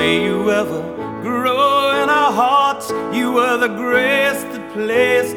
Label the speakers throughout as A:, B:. A: ever grow in our hearts. You were the grace that placed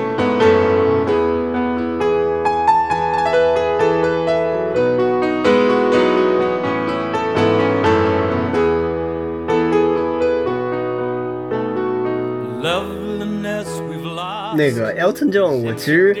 A: Loveliness we've lost.
B: 那个 Elton John，我其实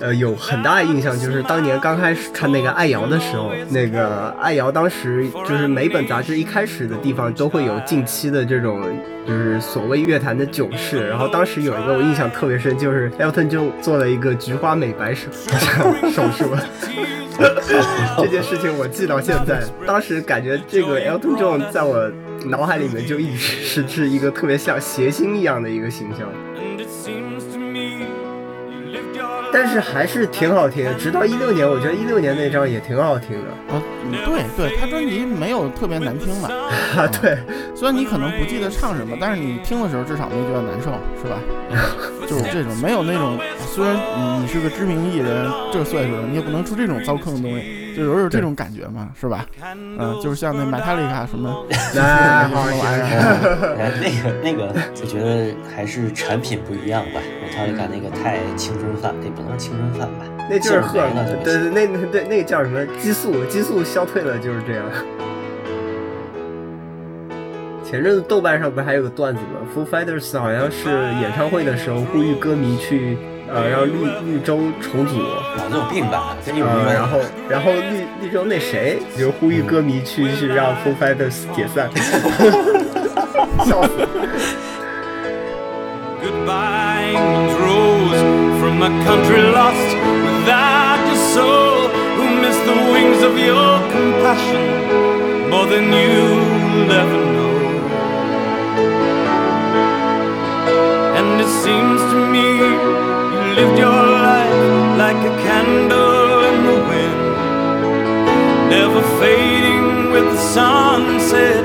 B: 呃有很大的印象，就是当年刚开始看那个《爱瑶》的时候，那个《爱瑶》当时就是每本杂志一开始的地方都会有近期的这种就是所谓乐坛的囧事，然后当时有一个我印象特别深，就是 Elton John 做了一个菊花美白手 手术。 这件事情我记到现在，当时感觉这个 Elton John 在我脑海里面就一直是是一个特别像谐星一样的一个形象。
A: And it seems to me you lived your life.
B: 但是还是挺好听。直到一六年，我觉得一六年那张也挺好听的
C: 啊，嗯对对，他专辑没有特别难听吧？
B: 啊。对，
C: 虽然你可能不记得唱什么，但是你听的时候至少没觉得难受，是吧？嗯 就是这种没有那种，虽然你你是个知名艺人，这个岁数了，你也不能出这种糟坑的东西，就有有这种感觉嘛，是吧？嗯、就是像那 Metallica 什么，
B: 那
C: 什么玩意 儿，
D: 哎，那个那个，我觉得还是产品不一样吧。我套一看那个太青春饭，也不能说青春饭吧，
B: 那就是
D: 劲
B: 荷
D: 儿
B: 尔
D: 没了就
B: 蒙，
D: 不
B: 对
D: 行。
B: 对，那那对那个叫什么激素，激素消退了就是这样。前阵子豆瓣上不是还有个段子吗？Foo Fighters 好像是演唱会的时候呼吁歌迷去呃让绿绿洲重组，
D: 脑子有病吧？跟你有
B: 呃，
D: 病。
B: 然后然后绿绿洲那谁就呼吁歌迷去去让 Foo Fighters 解散，笑死。
A: Goodbye, England's rose from a country lost without your soul, who missed the wings of your compassion more than you'll ever know. And it seems to me you lived your life like a candle in the wind, never fading with the sunset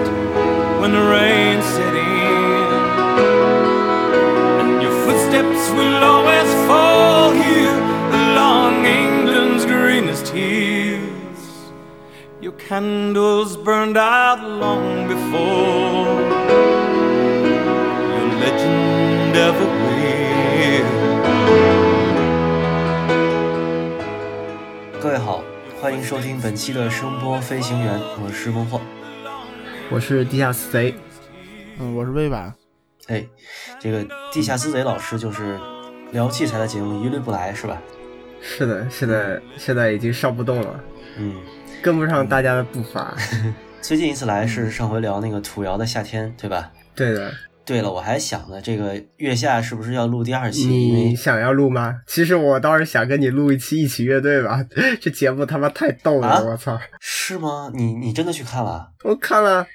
A: when the rain set in. And your footsteps will always fall here along England's greenest hills. Your candles burned out long before your legend ever will.
D: 各位好，欢迎收听本期的声波飞行员，我是孟获。
B: 我是地下死贼，
C: 嗯，我是微版，
D: 哎，这个地下私贼老师就是聊器材的节目一律不来是吧？
B: 是的，现在现在已经上不动了，
D: 嗯，
B: 跟不上大家的步伐。
D: 最近一次来是上回聊那个土窑的夏天，对吧？
B: 对 的，
D: 对了，我还想呢，这个月下是不是要录第二期？因
B: 你
D: 为
B: 想要录吗？其实我倒是想跟你录一期一起乐队吧， 这节目他妈太逗了，
D: 啊
B: 我操！
D: 是吗？你你真的去看了？啊
B: 我看了，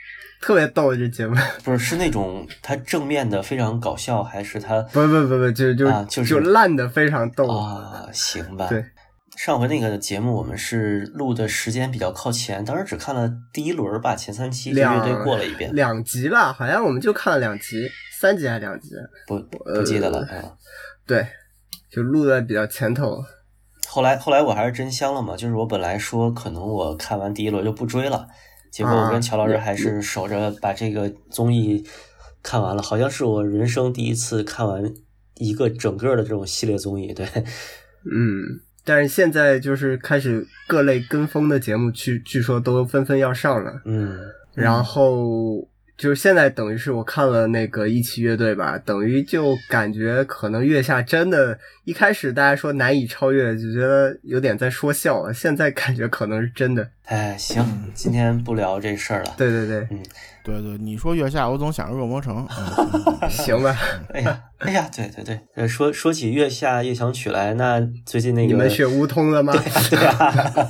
B: 特别逗这节目。
D: 不是，是那种他正面的非常搞笑，还是他
B: 不不不不，就就、
D: 啊就是
B: 烂的非常逗。
D: 啊？行吧。
B: 对，
D: 上回那个节目我们是录的时间比较靠前，当时只看了第一轮吧，前三期就乐
B: 两
D: 队过了一遍，
B: 两集吧，好像我们就看了两集，三集还是两集？
D: 不
B: 呃
D: 不记得了啊。
B: 对，就录的比较前头。
D: 后来后来我还是真香了嘛，就是我本来说可能我看完第一轮就不追了，结果
B: 啊
D: 我跟乔老师还是守着把这个综艺看完了，好像是我人生第一次看完一个整个的这种系列综艺，对，
B: 嗯，但是现在就是开始各类跟风的节目据据说都纷纷要上了，
D: 嗯，
B: 然后就是现在等于是我看了那个一期乐队吧，等于就感觉可能月下真的，一开始大家说难以超越，就觉得有点在说笑了，现在感觉可能是真的。
D: 哎，行，今天不聊这事儿了。
B: 嗯对对 对，
C: 对对，你说月下，我总想着恶魔城。嗯
B: 行吧，
D: 哎呀，哎呀，对对对，呃，说说起月下夜想曲来，那最近那个
B: 你们 学乌通了吗？
D: 对啊，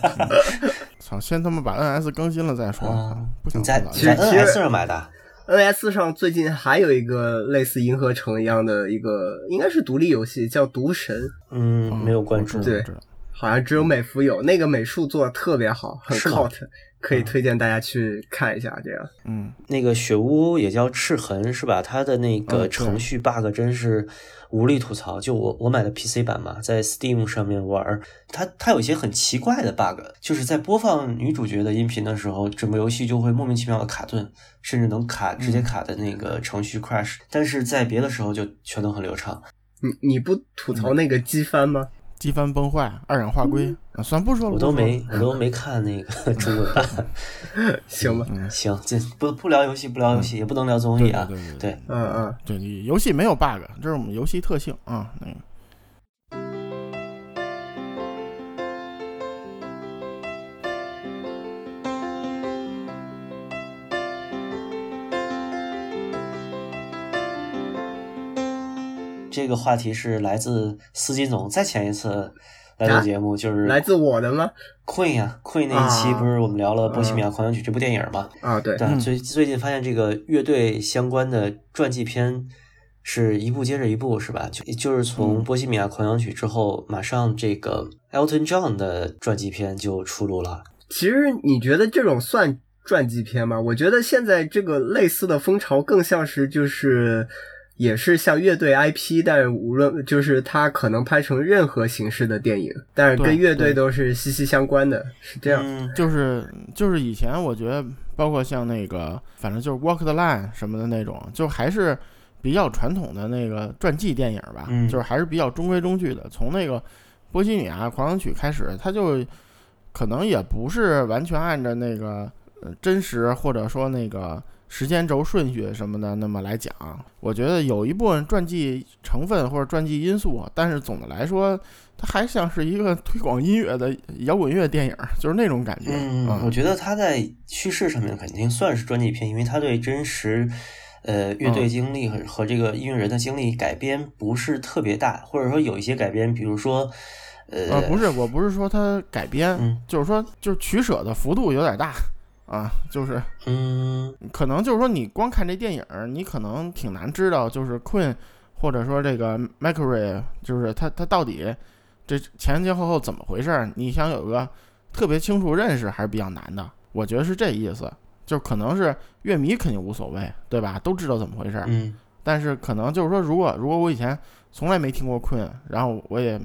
C: 操、先他妈把 NS 更新了再 说，
D: 嗯
C: 不想
D: 你在
C: 了
D: 你在
B: 其实
D: NS 上买的，
B: NS 上最近还有一个类似银河城一样的一个，应该是独立游戏，叫《毒神》，
D: 嗯，没有关注
C: 我。知道
B: 对
C: 我知道
B: 好像只有美服有。那个美术做的特别好，很
D: 是吗嗯
B: cult，可以推荐大家去看一下。这样，
C: 嗯，
D: 那个雪屋也叫赤痕是吧？它的那
C: 嗯
D: 个
C: 对
D: 程序 bug 真是无力吐槽。就我我买的 PC 版嘛，在 Steam 上面玩儿，它它有一些很奇怪的 bug，就是在播放女主角的音频的时候，整个游戏就会莫名其妙的卡顿，甚至能卡直接
C: 嗯
D: 卡的那个程序 crash、但是在别的时候就全都很流畅。
B: 你你不吐槽那个机翻吗？
C: 机翻崩坏，二氧化硅，啊，算了不说了，
D: 我都
C: 不说了
D: 没我都没看那个 中文 版。
B: 行吧，
D: 行，这不不聊游戏，不聊游戏，也不能聊综艺啊。
C: 嗯对对对对
D: 对，
B: 嗯嗯，
C: 对，游戏没有 bug，这是我们游戏特性啊。那个，
D: 这个话题是来自司机总，再前一次来做节目、就是
B: 啊来自我的吗？
D: Queen 呀、q u e e n 那一期
B: 啊
D: 不是我们聊了《波西米亚狂想曲》这部电影吗？
B: 啊，对，
D: 但最最近发现这个乐队相关的传记片是一部接着一部，是吧？就就是从《
B: 嗯
D: 波西米亚狂想曲》之后，马上这个 Elton John 的传记片就出炉了。
B: 其实你觉得这种算传记片吗？我觉得现在这个类似的风潮更像是就是。也是像乐队 IP，但无论就是它可能拍成任何形式的电影，但是
C: 对
B: 跟乐队
C: 对
B: 都是息息相关的，是这样。
D: 嗯，
C: 就是就是以前我觉得，包括像那个，反正就是 Walk the Line 什么的那种，就还是比较传统的那个传记电影吧，
D: 嗯
C: 就是还是比较中规中矩的。从那个《波西米亚狂想曲》开始，它就可能也不是完全按照那个呃真实或者说那个时间轴顺序什么的那么来讲。我觉得有一部分传记成分或者传记因素，但是总的来说，它还像是一个 推广音乐的摇滚乐电影，就是那种感觉。啊
D: 嗯，我觉得他在叙事上面肯定算是专辑片，因为他对真实，呃，乐
C: 啊
D: 队经历和和这个音乐人的经历改编不是特别大，或者说有一些改编，比如说，
C: 呃，
D: 呃，
C: 不是，我不是说它改编，
D: 嗯
C: 就是说就是取舍的幅度有点大啊，就是
D: 嗯
C: 可能就是说你光看这电影儿，你可能挺难知道，就是 Queen 或者说这个 m c r a y 就是他他到底这前前后后怎么回事儿，你想有个特别清楚认识还是比较难的，我觉得是这意思。就可能是乐迷肯定无所谓，对吧？都知道怎么回事儿。
D: 嗯
C: 但是可能就是说，如果如果我以前从来没听过 Queen，然后我也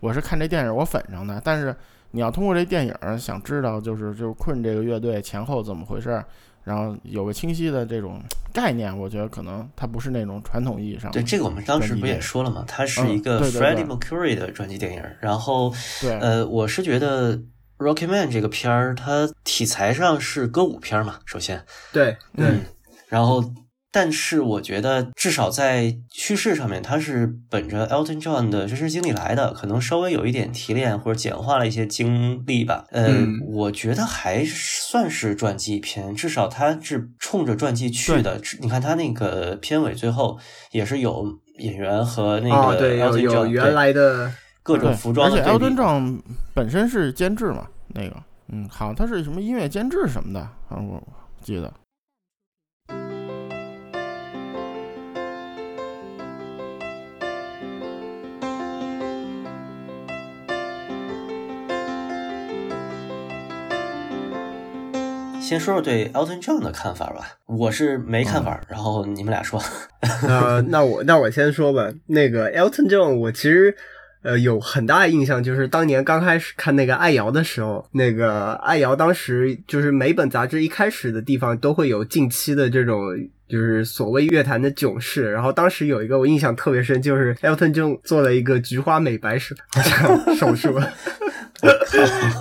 C: 我是看这电影我粉上的，但是你要通过这电影儿想知道就是就是 Queen 这个乐队前后怎么回事儿，然后有个清晰的这种概念，我觉得可能它不是那种传统意义上的
D: 对，这个我们当时不也说了嘛，它是一个
C: 嗯对对对
D: Freddie Mercury 的专辑电影，然后，
C: 对
D: 呃，我是觉得 Rocky Man 这个片儿，它题材上是歌舞片儿嘛，首先，
B: 对，对，
D: 嗯，然后，但是我觉得至少在叙事上面，它是本着 Elton John 的真实经历来的，可能稍微有一点提炼或者简化了一些经历吧。呃，
B: 嗯
D: 我觉得还算是传记片，至少它是冲着传记去的。你看它那个片尾最后也是有演员和那
B: 哦，
D: 个
B: 对，有
D: Elton John、
B: 有原来的
D: 各
C: 对
D: 种服装
C: 而
D: 的
C: 且
D: 对
C: Elton
D: 比。
C: John 本身是监制嘛，那个嗯，好像他是什么音乐监制什么的，啊，我我记得。
D: 先说说对 Elton John 的看法吧，我是没
B: 嗯
D: 看法，然后你们俩说。
B: 呃， 那我那我先说吧。那个 Elton John，我其实呃有很大的印象，就是当年刚开始看那个爱瑶的时候，那个爱瑶当时就是每本杂志一开始的地方都会有近期的这种。就是所谓乐坛的囧事，然后当时有一个我印象特别深，就是 Elton John 做了一个菊花美白手手术，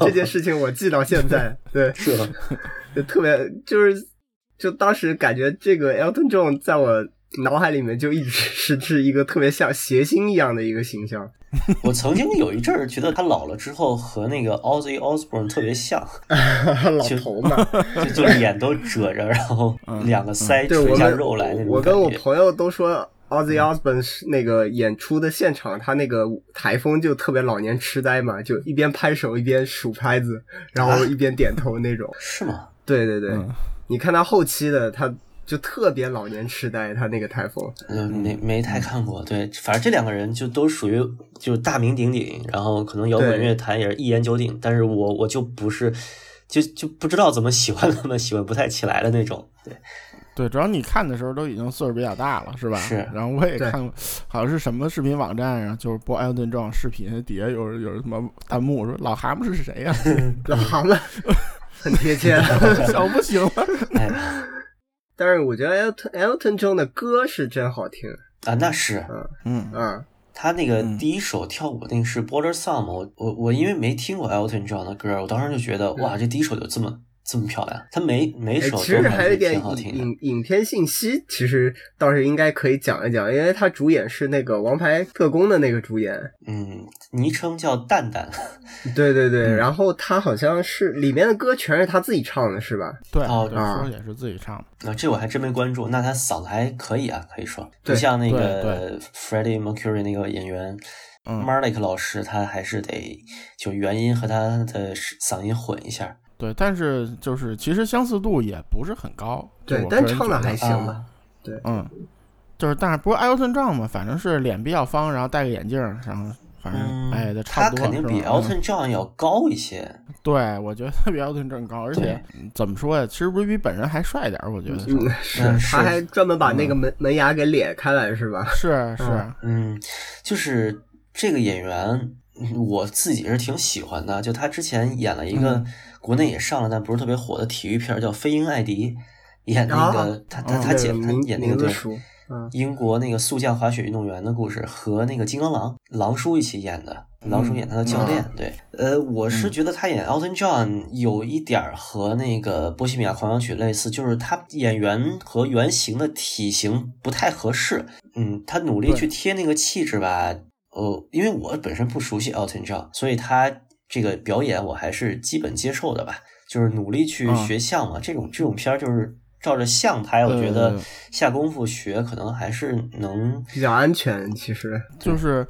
B: 这件事情我记到现在。对，
D: 是吧？
B: 就特别就是就当时感觉这个 Elton John 在我脑海里面就一直 是是一个特别像谐星一样的一个形 象。
D: 我曾经有一阵儿觉得他老了之后和那个 Ozzy Osbourne 特别像，
B: 老头嘛，
D: 就就脸都褶着，然后两个
B: 嗯
D: 腮
B: 对
D: 垂
B: 我
D: 下
B: 们
D: 肉来那种
B: 我
D: 感
B: 跟我
D: 觉。嗯
B: 朋友都说 Ozzy Osbourne 是那个演出的现场，他那个台风就特别老年痴呆嘛，就一边拍手一边数拍子，然
D: 啊
B: 后一边点头那 种。
D: 是吗？
B: 对对对，
C: 嗯
B: 你看他后期的他。就特别老年痴呆，他那个台 风，
D: 嗯，没没太看过。对，反正这两个人就都属于就大名鼎鼎，然后可能摇滚
B: 对
D: 乐坛也是一言九鼎，但是我我就不是，就就不知道怎么喜欢他们，喜欢不太起来的那种。对，
C: 对，主要你看的时候都已经岁数比较大了，是吧？
D: 是
C: 然后我也
B: 对
C: 看过，好像是什么视频网站上，就是播艾尔顿壮视频，底下有有什么弹幕说老蛤蟆是 谁呀、
B: 老蛤蟆 很贴切。
C: 小不行了。
D: 哎呀
B: 但是我觉得 Elton Elton John 的歌是真好听
D: 啊，那是
C: 嗯，
B: 啊，
D: 他那个
C: 嗯
D: 第一首跳舞那个是《Border Song》嘛，我我我因为没听过 Elton John 的歌，我当时就觉得
C: 嗯
D: 哇，这第一首就这么这么漂亮，他每每
B: 哎，
D: 首
B: 其
D: 都
B: 实还有
D: 是
B: 一点
D: 挺好
B: 影
D: 听的。
B: 影影片信息，其实倒是应该可以讲一讲，因为他主演是那个《王牌特工》的那个主演，
D: 嗯，昵称叫蛋蛋
B: 对对对，
C: 嗯
B: 然后他好像是里面的歌全是他自己唱的，是吧？
C: 对，
D: 哦
C: 对
B: 啊
C: 说也是自己唱的。
D: 啊，这我还真没关注。那他嗓子还可以啊，可以说不
B: 对
D: 像那
C: 对
D: 个 Freddie Mercury 那个演员
C: 嗯
D: Marlick 老师，他还是得就原音和他的嗓音混一下。
C: 对，但是就是其实相似度也不是很高。就
B: 对
C: 我，
B: 但
C: 个人
B: 唱的
C: 觉得
B: 还行
D: 啊
B: 吧。
C: 嗯，就是但是不过艾尔顿壮嘛，反正是脸比较方，然后戴个眼镜儿，然后反正、
D: 嗯，
C: 哎，这差
D: 他
C: 不多。
D: 肯定比
C: 是吧嗯
D: Elton John 要高一些。
C: 对，我觉得他比奥顿正高，而且
D: 对
C: 嗯怎么说呀，其实不是比本人还帅点儿，我觉得是
B: 嗯， 是，
D: 嗯是
B: 他还专门把那个门、门牙给裂开来，是吧？
C: 是是，
D: 嗯，就是这个演员，嗯我自己是挺喜欢的。就他之前演了一
B: 嗯
D: 个国内也上了但不是特别火的体育片儿，叫《飞鹰艾迪》，演那个、
B: 啊
D: 他他他姐
B: 那个
D: 他
B: 名
D: 演那
B: 名
D: 个
B: 字
D: 对。
B: 熟，嗯，
D: 英国那个速降滑雪运动员的故事和那个金刚狼狼叔一起演的，狼叔演他的教练。对，呃，我是觉得他演 Elton John 有一点儿和那个《波西米亚狂想曲》类似，就是他演员和原型的体型不太合适。嗯，他努力
C: 对
D: 去贴那个气质吧。呃，因为我本身不熟悉 Elton John，所以他这个表演我还是基本接受的吧。就是努力去
C: 嗯
D: 学像嘛，这种这种片儿就是照着像拍，我
C: 对
D: 觉
C: 对
D: 得
C: 对
D: 下功夫学可能还是能
B: 比较安全，其实。
C: 就是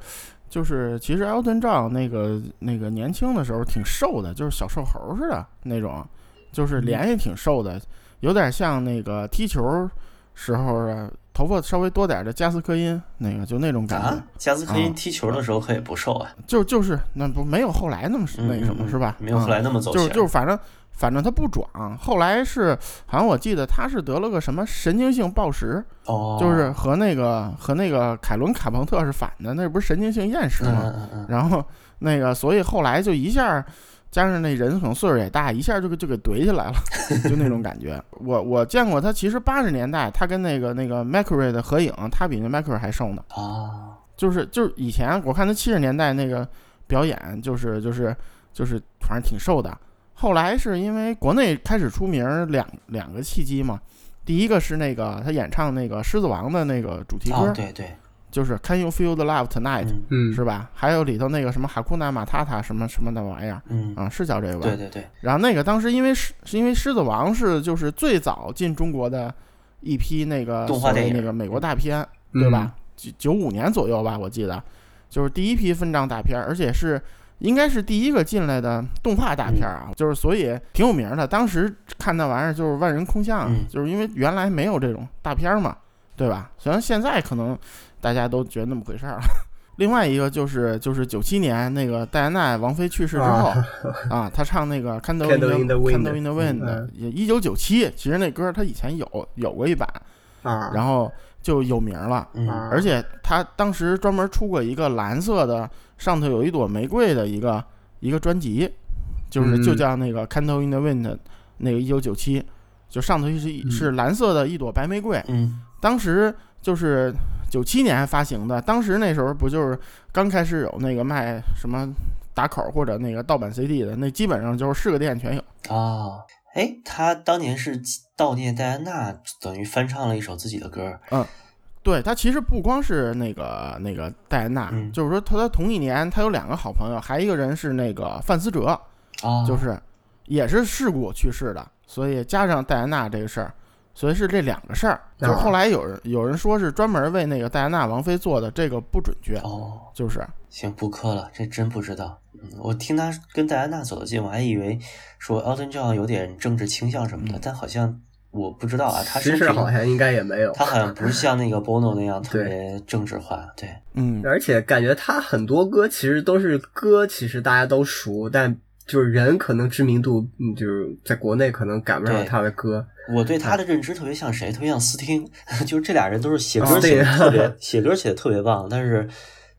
C: 就是，其实奥顿壮那个那个年轻的时候挺瘦的，就是小瘦猴似的那种，
D: 嗯
C: 就是脸也挺瘦的，有点像那个踢球时候啊，头发稍微多点儿的加斯科因那个，就那种感觉。
D: 啊。加斯科因
C: 啊
D: 踢球的时候可也不瘦啊，
C: 就就是那不没有后来那么是那
D: 嗯
C: 什么、
D: 嗯
C: 是吧？
D: 没有后来那么走
C: 就
D: 形
C: 是
D: 儿。
C: 就是反正反正他不壮，后来是好像我记得他是得了个什么神经性暴食，
D: 哦，
C: 就是和那个和那个凯伦卡彭特是反的，那不是神经性厌食
D: 嗯
C: 吗？
D: 嗯嗯
C: 然后那个所以后来就一下。加上那人可能岁数也大，一下就给就给怼起来 了，就那种感觉。我我见过他，其实八十年代他跟那个那个 Mercury 的合影，他比那 Mercury 还瘦呢。
D: 嗯啊，
C: 就是就是以前我看他七十年代那个表演，就是就是就是反正挺瘦的。后来是因为国内开始出名儿两两个契机嘛，第一个是那个他演唱那个《狮子王》的那个主题歌，
D: 哦对对，
C: 就是《Can You Feel the Love Tonight、
D: 嗯
B: 嗯，
C: 是吧？还有里头那个什么哈库纳马塔塔什么什么的玩意儿
D: 嗯，
C: 啊，是叫这个吧？
D: 对对对，
C: 然后那个当时因为是是因为《狮子王》是就是最早进中国的一批那个
D: 动画
C: 所谓
D: 电影
C: 那个美国大片，
B: 嗯
C: 对吧？九九五年左右吧，我记得就是第一批分账大片儿，而且是应该是第一个进来的动画大片儿
B: 嗯
C: 啊，就是所以挺有名的。当时看那玩意儿就是万人空巷啊，
D: 嗯
C: 就是因为原来没有这种大片儿嘛，对吧？虽然现在可能大家都觉得那么回事儿了。 另外一个就是就是九七年那个戴安娜王妃去世之后
B: 啊
C: 啊，她唱那个《Candle
B: Candle in
C: in
B: the
C: the
B: Wind
C: Candle in the Wind
B: 嗯》，
C: 也一九九七，其实那歌她以前有有过一版，
B: 啊，
C: 然后就有名了。
D: 嗯
B: 啊
C: 而且他当时专门出过一个蓝色的，上头有一朵玫瑰的一个一个专辑，就是
B: 嗯
C: 就叫那个《Candle in the Wind》，那个一九九七，就上头是一
B: 嗯
C: 是蓝色的一朵白玫瑰。
D: 嗯
C: 当时就是九七年发行的，当时那时候不就是刚开始有那个卖什么打口或者那个盗版 CD 的，那基本上就是是个店全有。
D: 啊，哎，他当年是悼念戴安娜，等于翻唱了一首自己的歌。
C: 嗯，对他其实不光是那个那个戴安娜，
D: 嗯
C: 就是说他他同一年他有两个好朋友，还有一个人是那个范思哲，
D: 啊，
C: 就是也是事故去世的，所以加上戴安娜这个事儿，所以是这两个事儿。
D: 哦
C: 就是后来有人有人说是专门为那个戴安娜王妃做的，这个不准确，
D: 哦，
C: 就是
D: 行，补课了，这真不知道。嗯，我听他跟戴安娜走得近，我还以为说 Elton John 有点政治倾向什么的，但好像我不知道啊，他
B: 其
D: 是
B: 实嗯好像应该也没有。
D: 他好像不是 像那个 Bono 那样特别政治化，对，
C: 嗯，
B: 而且感觉他很多歌其实都是歌，其实大家都熟，但就是人可能知名度，嗯，就是在国内可能赶不上
D: 对
B: 他的歌。
D: 我对
B: 嗯
D: 他的认知特别像谁？特别像斯汀， 就是这俩人都是写歌
B: 啊
D: 写
B: 对
D: 的特别写歌写的特别棒，但是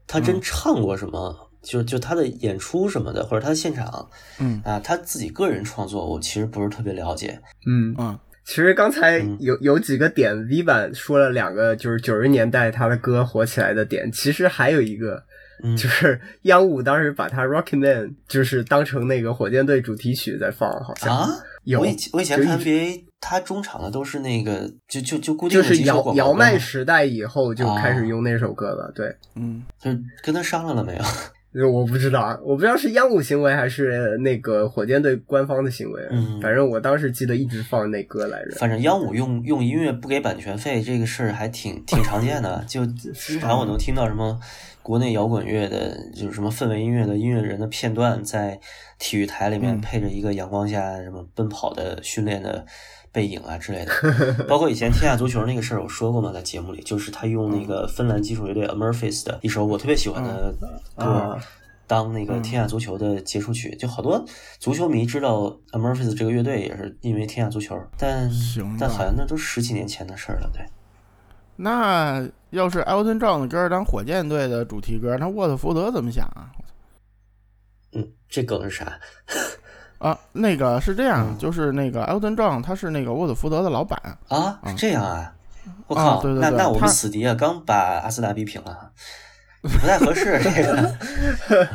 D: 他
B: 嗯
D: 真唱过什么？就就他的演出什么的，或者他的现场，
C: 嗯
D: 啊，他自己个人创作，我其实不是特别了解。
B: 嗯，
C: 嗯
B: 其实刚才
D: 嗯
B: 有有几个点，V 版说了两个，就是九十年代他的歌火起来的点，其实还有一个。
D: 嗯
B: 就是央五当时把他 Rocky Man 就是当成那个火箭队主题曲在放，好像、
D: 啊，
B: 有
D: 我以前我以前
B: 就一
D: 看
B: 直
D: NBA，他中场的都是那个就就就固定
B: 就
D: 的
B: 是
D: 几首
B: 姚
D: 广告
B: 姚
D: 歌
B: 麦
D: 嘛
B: 时代以后就开
D: 哦
B: 始用那首歌了，对。
C: 嗯，
D: 就是跟他商量了没有？
B: 呃我不知道啊，我不知道是央五行为还是那个火箭队官方的行为。啊
D: 嗯
B: 反正我当时记得一直放那歌来着。
D: 反正央五用用音乐不给版权费这个事儿还挺挺常见的，就经常我能听到什么国内摇滚乐的，就是什么氛围音乐的音乐人的片段，在体育台里面
C: 嗯
D: 配着一个阳光下什么奔跑的训练的背影啊之类的。 包括以前天下足球那个事儿，我说过嘛，在节目里，就是他用
B: 嗯
D: 那个芬兰技术乐队 Amorphis 的一首我特别喜欢的
C: 嗯
D: 歌儿。
B: 啊
D: 当那个天下足球的结束曲，就好多足球迷知道 Amorphis 这个乐队也是因为天下足球，但
C: 行
D: 但
C: 吧
D: 好像那都十几年前的事儿了，对。
C: 那要是 Elton John 的歌当火箭队的主题歌，那沃特福德怎么想啊？
D: 嗯，这梗是啥？
C: 啊，那个是这
D: 嗯
C: 样，就是那个 Elton John 他是那个沃特福德的老 板，
D: 啊，是这样啊！我
C: 嗯啊
D: 靠，
C: 对对
D: 那
C: 对
D: 那我
C: 他
D: 们死敌啊，刚把阿森纳逼平了，不太 合适这个。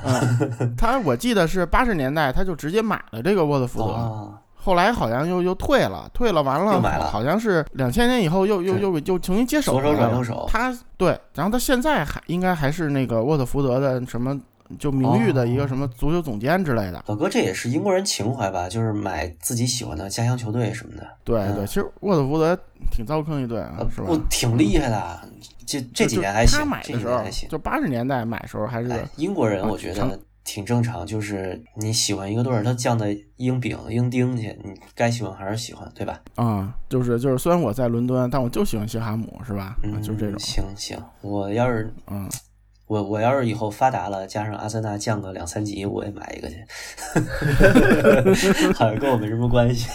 C: 嗯他我记得是八十年代他就直接买了这个沃特福德，
D: 哦，
C: 后来好像又又退了，退了完了，
D: 又买了
C: 好像是两千年以后又又
D: 对
C: 又又重新接手
D: 左手转
C: 了。
D: 右手，
C: 他对，然后他现在还应该还是那个沃特福德的什么就名誉的一
D: 哦
C: 个什么足球总监之类的。
D: 老哥这也是英国人情怀吧？就是买自己喜欢的家乡球队什么的，
C: 对
D: 嗯
C: 对，其实沃特福德挺糟糠一顿啊
D: 呃，
C: 是吧
D: 不？挺厉害的。啊这这
C: 就
D: 几
C: 就
D: 年还行
C: 他，买
D: 这
C: 的
D: 几
C: 时
D: 年
C: 候
D: 还行。
C: 就八十年代买的时候还是
D: 哎，英国
C: 啊
D: 人我觉得挺正常，就是你喜欢一个队儿，他降到英丙、英丁去，你该喜欢还是喜欢，对吧？
C: 啊，就是就是，虽然我在伦敦，但我就喜欢西哈姆，是吧？啊
D: 嗯，
C: 就是这种，
D: 行行，我要是
C: 嗯，
D: 我我要是以后发达了，加上阿森纳降个两三级，我也买一个去， 好像跟我没什么关系。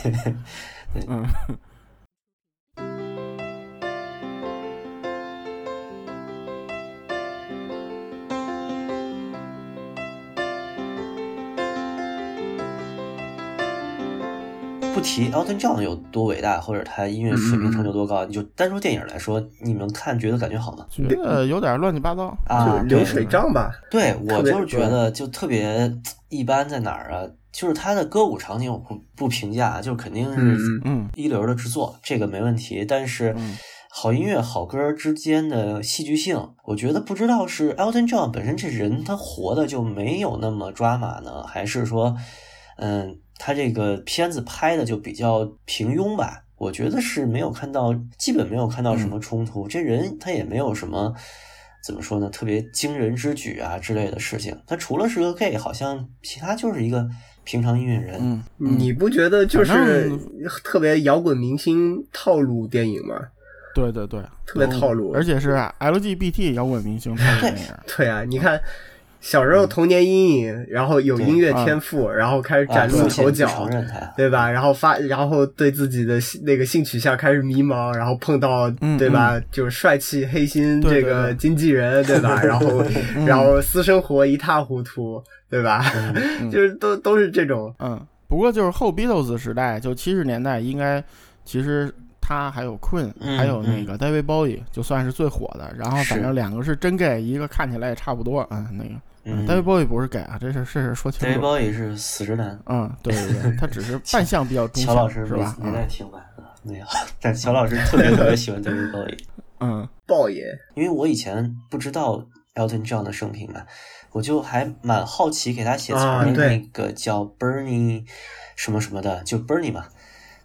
D: 不提 Elton John 有多伟大，或者他音乐水平成就多高，你就单说电影来说，你们看觉得感觉好吗？
C: 觉得有点乱七八糟。
B: 就
D: 啊，
B: 流
D: 对
B: 水账吧，
D: 对我
B: 特别
D: 就是觉得就特别一般，在哪儿啊？就是他的歌舞场景我不不评价，就是肯定
B: 嗯
D: 是
C: 嗯
D: 一流的制作，这个没问题。但是
C: 嗯
D: 好音乐、好歌之间的戏剧性，我觉得不知道是 Elton John 本身这人他活的就没有那么抓马呢，还是说，嗯，他这个片子拍的就比较平庸吧？我觉得是没有看到，基本没有看到什么
C: 嗯
D: 冲突。这人他也没有什么怎么说呢，特别惊人之举啊之类的事情。他除了是个 gay，好像其他就是一个平常音乐人。
C: 嗯，嗯
B: 你不觉得就
C: 反
B: 是
C: 正
B: 特别摇滚明星套路电影吗？
C: 对对对，
B: 特别套路，
C: 而且是 LGBT 摇滚明星拍的电影。
B: 对啊，你看小时候童年阴影，然后有音乐
C: 对啊
B: 天赋，然后开始崭露
D: 啊
B: 头角，
D: 不承认他。
B: 对吧？然后发，然后对自己的性那个性取向开始迷茫，然后碰到，
C: 嗯
B: 对吧？就是帅气黑心
C: 对
B: 这
C: 对
B: 个
C: 对
B: 经纪人，对吧？然后，
C: 嗯
B: 然后私生活一塌糊涂，对吧？ 就是都都是这种，
C: 嗯，不过就是后 Beatles 时代，就七十年代，应该其实他还有 Queen，、
D: 嗯
C: 还有那个 David Bowie，就算是最火的。然后
D: 是
C: 反正两个是真 gay，一个看起来也差不多，嗯，那个
D: 嗯
C: 大卫鲍伊不是 gay 啊，这事这事说清
D: ，David
C: 楚。
D: Bowie 是死直男，
C: 嗯，对对对，他只是扮相比较中
D: 乔老
C: 性，
D: 师
C: 是
D: 没
C: 吧？
D: 没
C: 嗯
D: 在听吧？啊没有， 但乔老师特别特别喜 欢 David Bowie，
C: 嗯，
B: 豹爷，
D: 因为我以前不知道 Elton John 的生平嘛，我就还蛮好奇给他写词
B: 啊
D: 儿的
B: 对
D: 那个叫 Bernie 什么什么的，就 Bernie 嘛。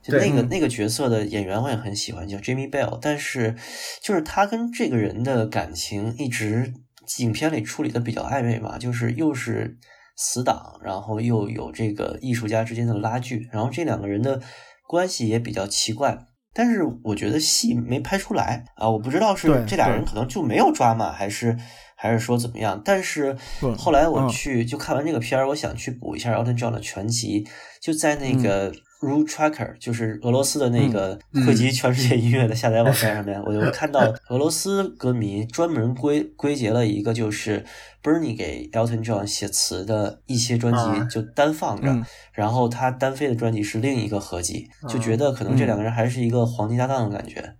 D: 就
B: 对
D: 那个
C: 嗯
D: 那个角色的演员我也很喜欢，叫 Jimmy Bell，但是就是他跟这个人的感情一直影片里处理的比较暧昧嘛，就是又是死党，然后又有这个艺术家之间的拉锯，然后这两个人的关系也比较奇怪。但是我觉得戏没拍出来啊，我不知道
C: 对
D: 是这俩
C: 对
D: 人可能就没有抓马，还是还是说怎么样？但是
C: 不
D: 后来我
C: 嗯
D: 去就看完这个片儿，我想去补一下 Elton John 的全集，就在
C: 嗯
D: 那个 Root Tracker，就是俄罗斯的那个汇
C: 嗯
D: 集全世界音乐的下载网站上面，我就 看到俄罗斯歌迷专门归归结了一个就是 Bernie 给 Elton John 写词的一些专
B: 啊
D: 辑就单放着，
C: 嗯啊
D: 然后他单飞的专辑是另一个合集，就觉得可能这两个人还是一个黄金搭档的感觉。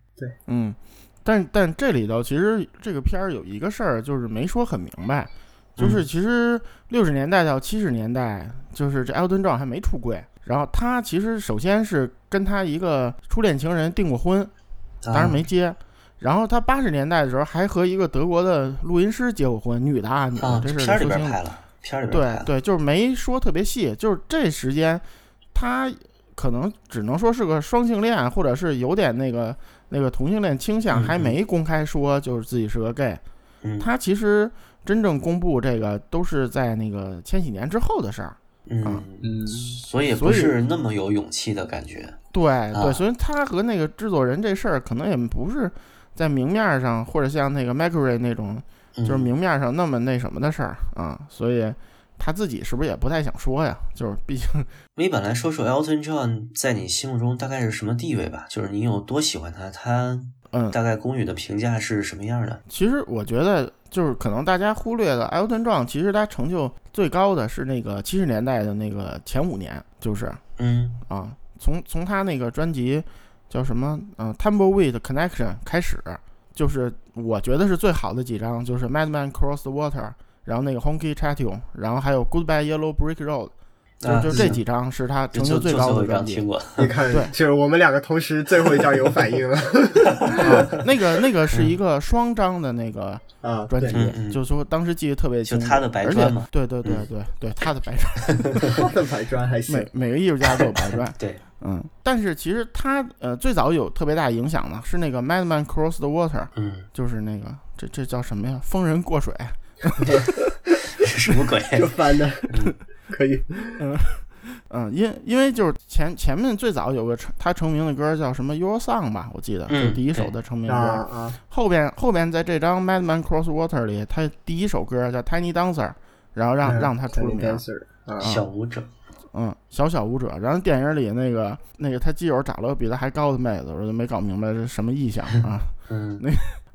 C: 嗯，但但这里头其实这个片儿有一个事儿，就是没说很明白，就是
D: 嗯
C: 其实六十年代到七十年代，就是这艾顿壮还没出柜，然后他其实首先是跟他一个初恋情人订过婚，当
D: 啊
C: 然没结。然后他八十年代的时候还和一个德国的录音师结过婚，女的啊，女的，
D: 啊，
C: 这事
D: 片
C: 儿
D: 儿
C: 得说
D: 里边
C: 清楚。
D: 拍了，片儿里边拍
C: 对
D: 了。
C: 对，就是没说特别细，就是这时间，他可能只能说是个双性恋，或者是有点那个那个同性恋倾向，还没公开说就是自己是个 gay。
D: 嗯
C: 他其实真正公布这个都是在那个千禧年之后的事儿。啊
D: 嗯，
B: 嗯，
D: 所以
C: 所
D: 不
C: 以
D: 是那么有勇气的感觉。
C: 对对，
D: 啊
C: 所以他和那个制作人这事儿可能也不是在明面上，或者像那个 Mercury 那种
D: 嗯
C: 就是明面上那么那什么的事儿啊，所以他自己是不是也不太想说呀？就是毕竟
D: 你本来说说 Elton John 在你心目中大概是什么地位吧？就是你有多喜欢他，他
C: 嗯，
D: 大概公允的评价是什么样的？
C: 其实我觉得，就是可能大家忽略了 Elton John，其实他成就最高的是那个七十年代的那个前五年，就是
D: 嗯
C: 啊，从从他那个专辑叫什么，嗯、t u m b l e w e e d Connection 开始，就是我觉得是最好的几张，就是 Madman Cross the Water，然后那个 Honky c h a t t o 然后还有 Goodbye Yellow Brick Road，就、
D: 啊
C: 就这
D: 是
C: 几张是他
D: 就
C: 成就
D: 就
C: 最
D: 就最
C: 高
D: 后
C: 的
D: 一张
C: 专辑
D: 听。过，
B: 你看，
C: 对
B: 就是我们两个同时最后一张有反应 了
C: 啊那个那个是一个双张的那个。
B: 啊，
C: 专
B: 对
C: 辑，
D: 嗯嗯
C: 就是说当时记得特别清楚。
D: 就他的白
C: 而且
D: 砖嘛，
C: 对对对
D: 嗯。
C: 对对，他的白砖，
B: 他的白砖还行
C: 每，每个艺术家都有白砖
D: 对，
C: 嗯，但是其实他呃最早有特别大影响的是那个 Madman Cross the Water，
D: 嗯，
C: 就是那个这这叫什么呀？疯人过水。
D: 什么鬼？
B: 就翻的可以，
C: 嗯，因因为就是前前面最早有个成他成名的歌叫什么 Your Song 吧，我记得、
D: 嗯
C: 就是第一首的成名歌。
B: 啊啊，
C: 后边后边在这张 Madman Cross Water 里，他第一首歌叫 Tiny Dancer，然后让、
B: 嗯
C: 让他出了名。
B: Dancer 啊，
D: 小舞者，
C: 嗯，小小舞者。然后电影里那个那个他基友找了个比他还高的妹子，我就没搞明白这是什么意象啊。
D: 嗯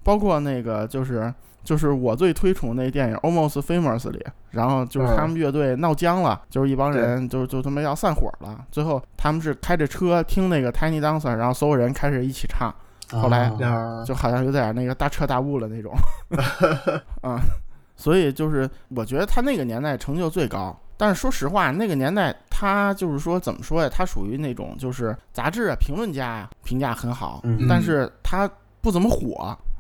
C: 包括那个就是就是我最推崇那电影《Almost Famous》里，然后就是他们乐队闹僵了，就是一帮人就就他妈要散伙了。最后他们是开着车听那个 Tiny Dancer，然后所有人开始一起唱，后来
D: 啊
B: 啊，
C: 就好像有点那个大彻大悟了那种。啊、所以就是我觉得他那个年代成就最高。但是说实话，那个年代他就是说怎么说呀？他属于那种就是杂志啊、评论家呀评价很好，
D: 嗯，
C: 但是他不怎么火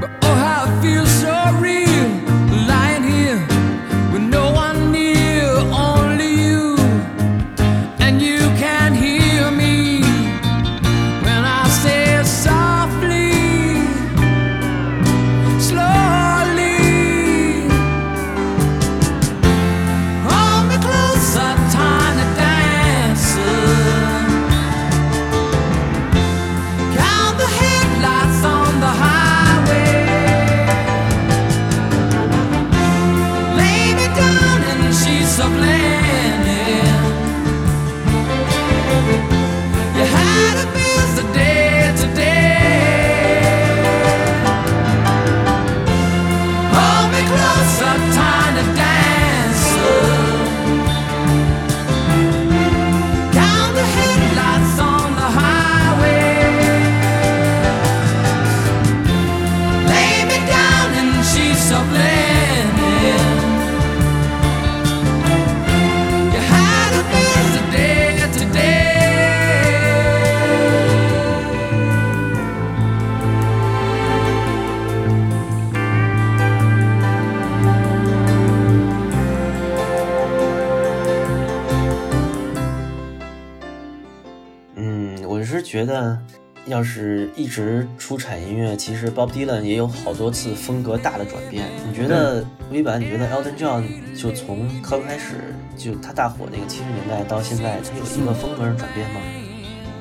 E: But oh, how it feels so real, lying here with no one near, only you. And you can hear me when I say softly, slowly. Hold me closer, tiny dancer. Count the headlights on the highway. Lay me down in the sheets of linen. You had a busy day today. Hold me closer, tiny dancer. Count the headlights on the highway. Lay me down in the sheets of linen. You had a busy day today.
D: 嗯，我是觉得，要是一直出产音乐，其实 Bob Dylan 也有好多次风格大的转变。你觉得微版？你觉得 Elton John 就从刚开始就他大火那个七十年代到现在，他有一个风格上转变吗？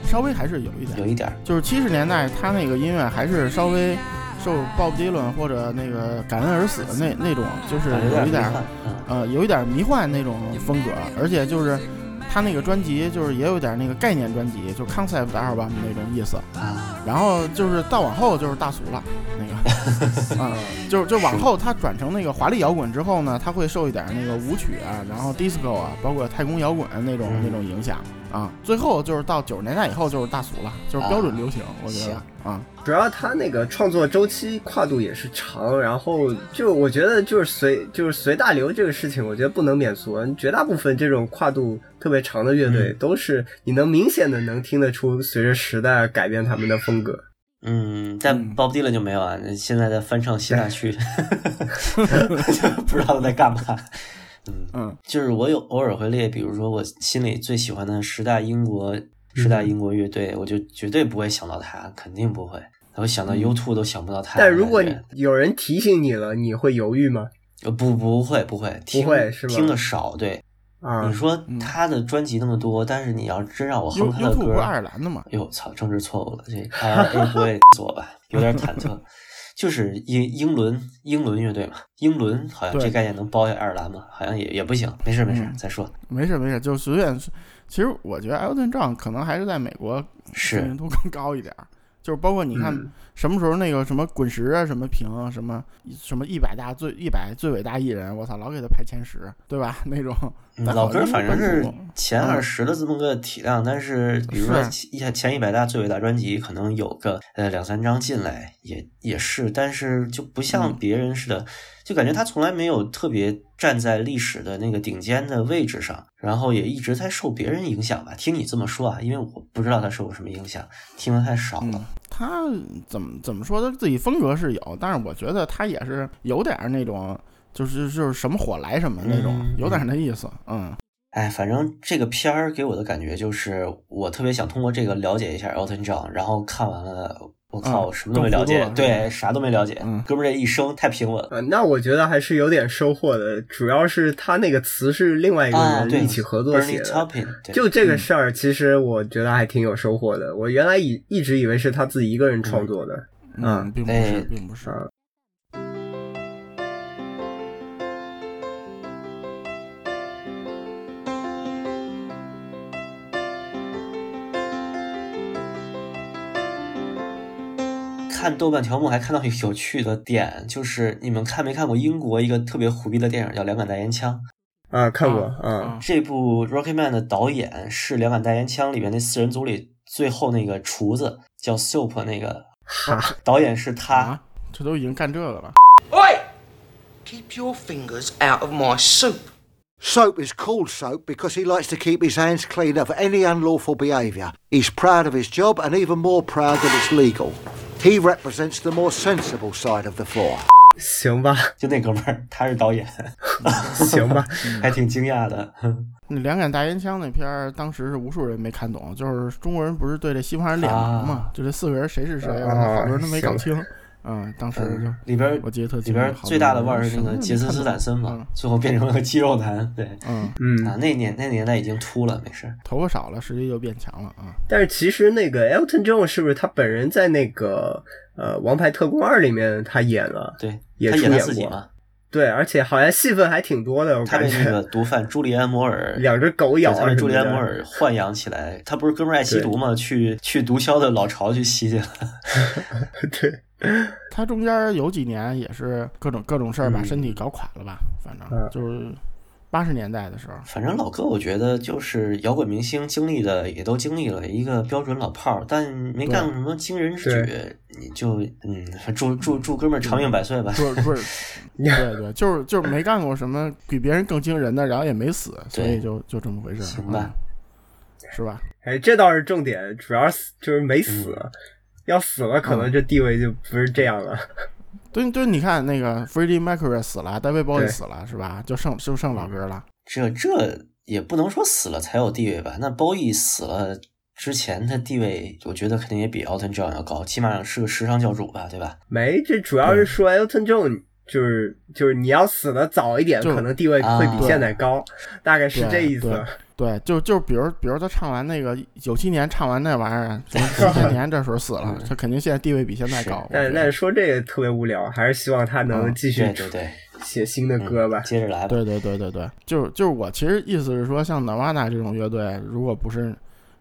C: 稍微还是有一点
D: 有。一点儿。
C: 就是七十年代他那个音乐还是稍微受鲍勃迪伦或者那个感恩而死的那那种，就是
D: 啊
C: 有
D: 有
C: 一
D: 点
C: 点
D: 儿
C: 儿
D: 迷幻嗯
C: 呃有一点迷幻那种风格，而且就是他那个专辑就是也有点那个概念专辑，就 concept album 那种意思。
D: 啊，
C: 然后就是到往后就是大俗了，那个，嗯，就是就往后他转成那个华丽摇滚之后呢，他会受一点那个舞曲啊，然后 disco 啊，包括太空摇滚那种
D: 嗯
C: 那种影响啊。最后就是到九十年代以后就是大俗了，就是标准流行，我觉得啊，
B: 主要他那个创作周期跨度也是长，然后就我觉得就是随就是随大流这个事情，我觉得不能免俗。绝大部分这种跨度特别长的乐
D: 嗯
B: 队，都是你能明显的能听得出随着时代而改变他们的风格。
D: 嗯，但 Bob Dylan 就没有啊，现在在翻唱希腊曲，不知道他在干嘛。嗯，
C: 嗯
D: 就是我有偶尔会列，比如说我心里最喜欢的十大英国十大英国乐队，我就绝对不会想到他，肯定不会。我想到 U2 都想不到他的
B: 但
D: 感觉。
B: 如果你有人提醒你了，你会犹豫吗？
D: 呃不不会不会听
B: 会是吧
D: 听的少，对。
B: 啊
D: 你，说他的专辑那么多，但是你要真让我
C: ，U
D: 哼他
C: U
D: 的
C: t 不
D: 歌
C: 是，爱尔兰的嘛，
D: 哟，哎操，政治错误了，这 I A 不会我吧，有点忐忑。就是英英伦英伦乐队嘛，英伦好像
C: 对
D: 这概念能包下爱尔兰吗？好像也也不行，没事没事，
C: 嗯
D: 再说。
C: 没事没事，就随便。其实我觉得 Elton John 可能还是在美国知
D: 是
C: 名度更高一点儿，就是包括你看
B: 嗯
C: 什么时候那个什么滚石啊，什么评啊，什么什么一百大最一百最伟大艺人，我操，老给他排前十，对吧？ 那种
D: 嗯
C: 咱
D: 老
C: 好
D: 歌
C: 像
D: 反正
C: 本
D: 是
C: 土
D: 前
C: 嗯
D: 二十的这么个体量，但是比如说前前一百大最伟大专辑，可能有个呃两三张进来也也是，但是就不像别人似的，就感觉他从来没有特别站在历史的那个顶尖的位置上，然后也一直在受别人影响吧。听你这么说啊，因为我不知道他受过什么影响，听的太少
C: 嗯
D: 了。，
C: 他怎么怎么说，他自己风格是有，但是我觉得他也是有点儿那种，就是就是什么火来什么那种，
D: 嗯
C: 有点儿那意思，嗯
D: 哎，反正这个片儿给我的感觉就是，我特别想通过这个了解一下 Elton John，然后看完了，我靠，
C: 嗯
D: 我什么都没了
C: 更糊
D: 解
C: 涂，了是
D: 对，
C: 吧
D: 啥都没了解。
C: 嗯
D: 哥们儿这一生太平稳了。
B: 啊，那我觉得还是有点收获的，主要是他那个词是另外一个
D: 啊，对，
B: 嗯人一起合作
D: Bernie
B: 写的，
D: Taupin，对
B: 就这个事儿，其实我觉得还挺有收获的。我原来以一直以为是他自己一个人创作
D: 嗯
B: 的，啊
C: 嗯并不
D: 哎
C: 是，并不是
B: 啊，
D: 看豆瓣条目还看到有趣的点，就是你们看没看过英国一个特别虎逼的电影叫《两杆大烟枪》？
B: 啊，看过
C: 啊
B: 啊，
D: 这部《Rocketman》的导演是《两杆大烟枪》里面那四人组里最后那个厨子叫 Soup 那个
B: 哈，
D: 导演是他，
C: 啊，这都已经干这个了。
F: Oi! Keep your fingers out of my soup.
G: Soap is called Soap because he likes to keep his hands clean of any unlawful behaviour. He's proud of his job and even more proud that it's legal. He represents the more sensible side of the four.
B: 行吧，
D: 就那哥们儿，他是导演，
B: 行吧，
C: 嗯
D: 还挺惊讶的。
C: 那两杆大烟枪那片儿，当时是无数人没看懂，就是中国人不是对这西方人脸盲
D: 啊
C: 嘛，就这四个人谁是谁，
B: 啊
C: 我操好多人都没搞
B: 行
C: 清。嗯，当时
D: 嗯
C: 就
D: 里边
C: 我记得特
D: 里
C: 清
D: 边
C: 好
D: 最
C: 多
D: 大的
C: 人
D: 腕儿
C: 什
D: 是那
C: 么
D: 个
C: 都没
D: 杰森
C: 看
D: 斯
C: 懂
D: 坦森嘛
C: 嗯，
D: 最后变成了个肌肉男。对
C: 嗯，
D: 啊，
B: 嗯，
D: 那年那年代已经秃了，没事儿。
C: 头发少了，实力就变强了啊。
B: 但是其实那个 Elton John 是不是他本人在那个呃《王牌特工二》里面他演了？
D: 对，
B: 也
D: 他
B: 出
D: 演他
B: 演
D: 自己
B: 过
D: 嘛，
B: 对，而且好像戏份还挺多的，我
D: 他
B: 感
D: 被那
B: 觉
D: 个毒贩朱利安摩尔
B: 两只狗
D: 对
B: 咬
D: 他被
B: 啊什
D: 朱
B: 么
D: 利安摩
B: 的。
D: 尔豢养起来，他不是哥们儿爱吸
B: 对
D: 毒嘛，去去毒枭的老巢去吸去了。
B: 对，
C: 他中间有几年也是各种各种事儿把
B: 嗯
C: 身体搞垮了吧，反
B: 嗯
C: 正就是八十年代的时候，
D: 反正老哥，我觉得就是摇滚明星经历的也都经历了，一个标准老炮儿，但没干过什么惊人之举，你就嗯，祝祝祝哥们儿长命百岁吧。
C: 不是不是， 对对，就是就是没干过什么比别人更惊人的，然后也没死，所以
D: 对
C: 就就这么回事儿，
D: 行
C: 嗯
D: 吧，
C: 是吧？
B: 哎，这倒是重点，主要是就是没死，
D: 嗯
B: 要死了可能这地位就不是这样了。
C: 对对，你看那个 Freddie Mercury 死了，大卫鲍
B: 对嗯
C: 里死了，是吧？就剩就剩老哥了。
D: 这这也不能说死了才有地位吧？那包奕死了之前的地位，我觉得肯定也比 Elton John 要高，起码是个时尚教主吧，对吧？
B: 没，这主要是说 Elton John 就是就是你要死的早一点，
C: 就
B: 可能地位会
D: 啊
B: 比现在高，大概是
C: 对
B: 这意思。
C: 对对，就就比如比如他唱完那个九七年唱完那玩意儿，啊 什么几千年这时候死了，他肯定现在地位比现在
D: 是
C: 高。我
B: 但
C: 觉
B: 但
C: 得
B: 嗯是说这个特别无聊，还是希望他能
C: 嗯
B: 继续
D: 对对对，
B: 写新的
D: 嗯
B: 歌吧。
D: 接着来吧。
C: 对对对对对，就是就是我其实意思是说，像 Nirvana 这种乐队，如果不是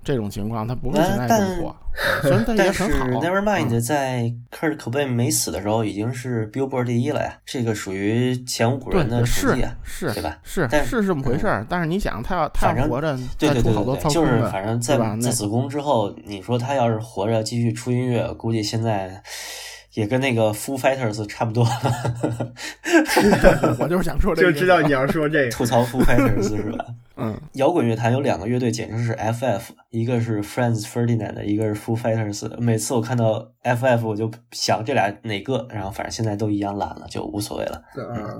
C: 这种情况，他不会
D: 呃
C: 现在
D: 但
C: 这么火。虽然他也
D: 但是
C: 很好，啊嗯
D: Nevermind 在 Kurt Cobain 没死的时候已经是 Billboard 第一了呀，这个属于前无古
C: 对
D: 人
C: 对
D: 的成
C: 是
D: 绩啊，
C: 是
D: 对吧
C: 是
D: 但嗯
C: 是这么回事儿，但是你想，他要他
D: 反
C: 要
D: 正
C: 活着，
D: 对
C: 再
D: 对
C: 出
D: 对
C: 好
D: 对
C: 多
D: 对，
C: 操
D: 就
C: 控
D: 是
C: 的，
D: 反正在
C: 对吧？
D: 在
C: 那
D: 子宫之后，你说他要是活着继续出音乐，估计现在也跟那个 Foo Fighters 差不多了。
C: 我就是想说这
B: 就
C: 个，
B: 知道你要说这个，
D: 吐槽 Foo Fighters 是吧？
C: 嗯，
D: 摇滚乐坛有两个乐队简直是 FF，一个是 Franz Ferdinand，一个是 Foo Fighters。每次我看到 FF，我就想这俩哪个，然后反正现在都一样懒了，就无所谓了。
B: 啊。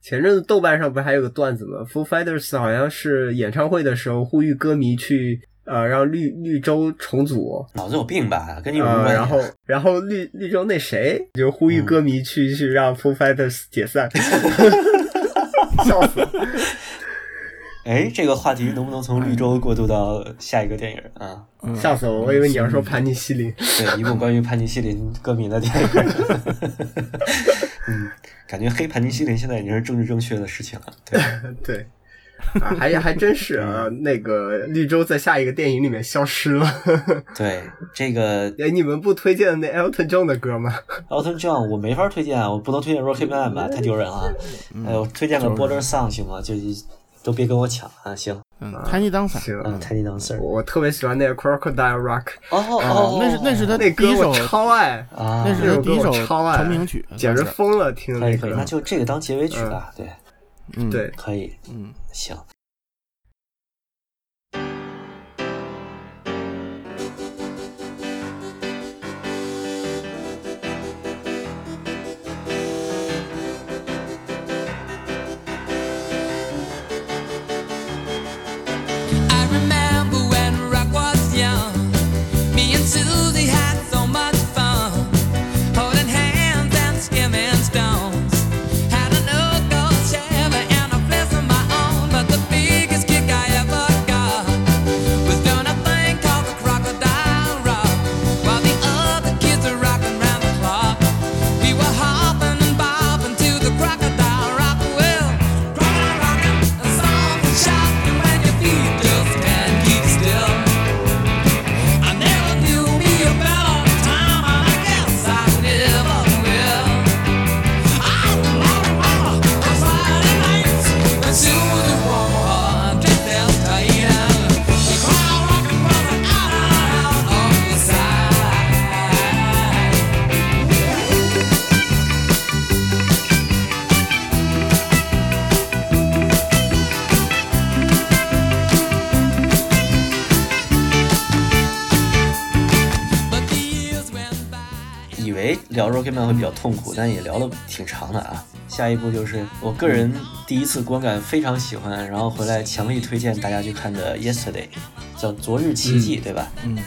B: 前阵子豆瓣上不是还有个段子吗？Foo Fighters 好像是演唱会的时候呼吁歌迷去呃让绿绿洲重组，
D: 脑子有病吧？跟你有什么关
B: 呃，
D: 系？
B: 然后然后绿绿洲那谁就呼吁歌迷去、去让 Foo Fighters 解散，笑死了。
D: 哎，这个话题能不能从绿洲过渡到下一个电影啊？
C: 嗯
B: 笑死我！我以为你要说盘尼西 林，
D: 对，一部关于盘尼西林歌迷的电影。 嗯，感觉黑盘尼西林现在已经是政治正确的事情了。对，
B: 对，啊，还还真是啊，
C: 嗯
B: 那个绿洲在下一个电影里面消失了。
D: 对，这个
B: 哎，你们不推荐那 Elton John 的歌 吗？
D: Elton John 我没法推荐啊，我不能推荐 Rocky Man 吧，太丢人了。哎，我推荐个 Border Song 行吗？就都别跟我抢啊，行，
C: 嗯，Tiny Dancer，
B: 行，
D: 嗯，Tiny Dancer。
B: 我我特别喜欢那个 Crocodile Rock，
D: 哦
C: 哦
D: 哦，，
C: 那是那是他
B: 那
C: 第
B: 歌
C: 一首
B: 我，超爱，
D: 啊，
C: 那是他第一首
B: 那首歌我超爱
C: 成名曲，
B: 简直
C: 算是
B: 疯了，听
D: 可以
B: 那
D: 可以，
B: 个
D: 那。就这个当结尾曲吧。对，
C: 嗯
B: 对，
D: 可以，
C: 嗯，
D: 行。
E: I remember when Rock was young. Me and Susie had so much fun, holding hands and skimming stones. Had an old gold chair and a place of my own, but the beat.
D: 为聊 Rocketman 会比较痛苦，但也聊了挺长的啊。下一部就是我个人第一次观感非常喜欢，然后回来强力推荐大家去看的《Yesterday》，叫《昨日奇迹》，对吧？
C: 嗯，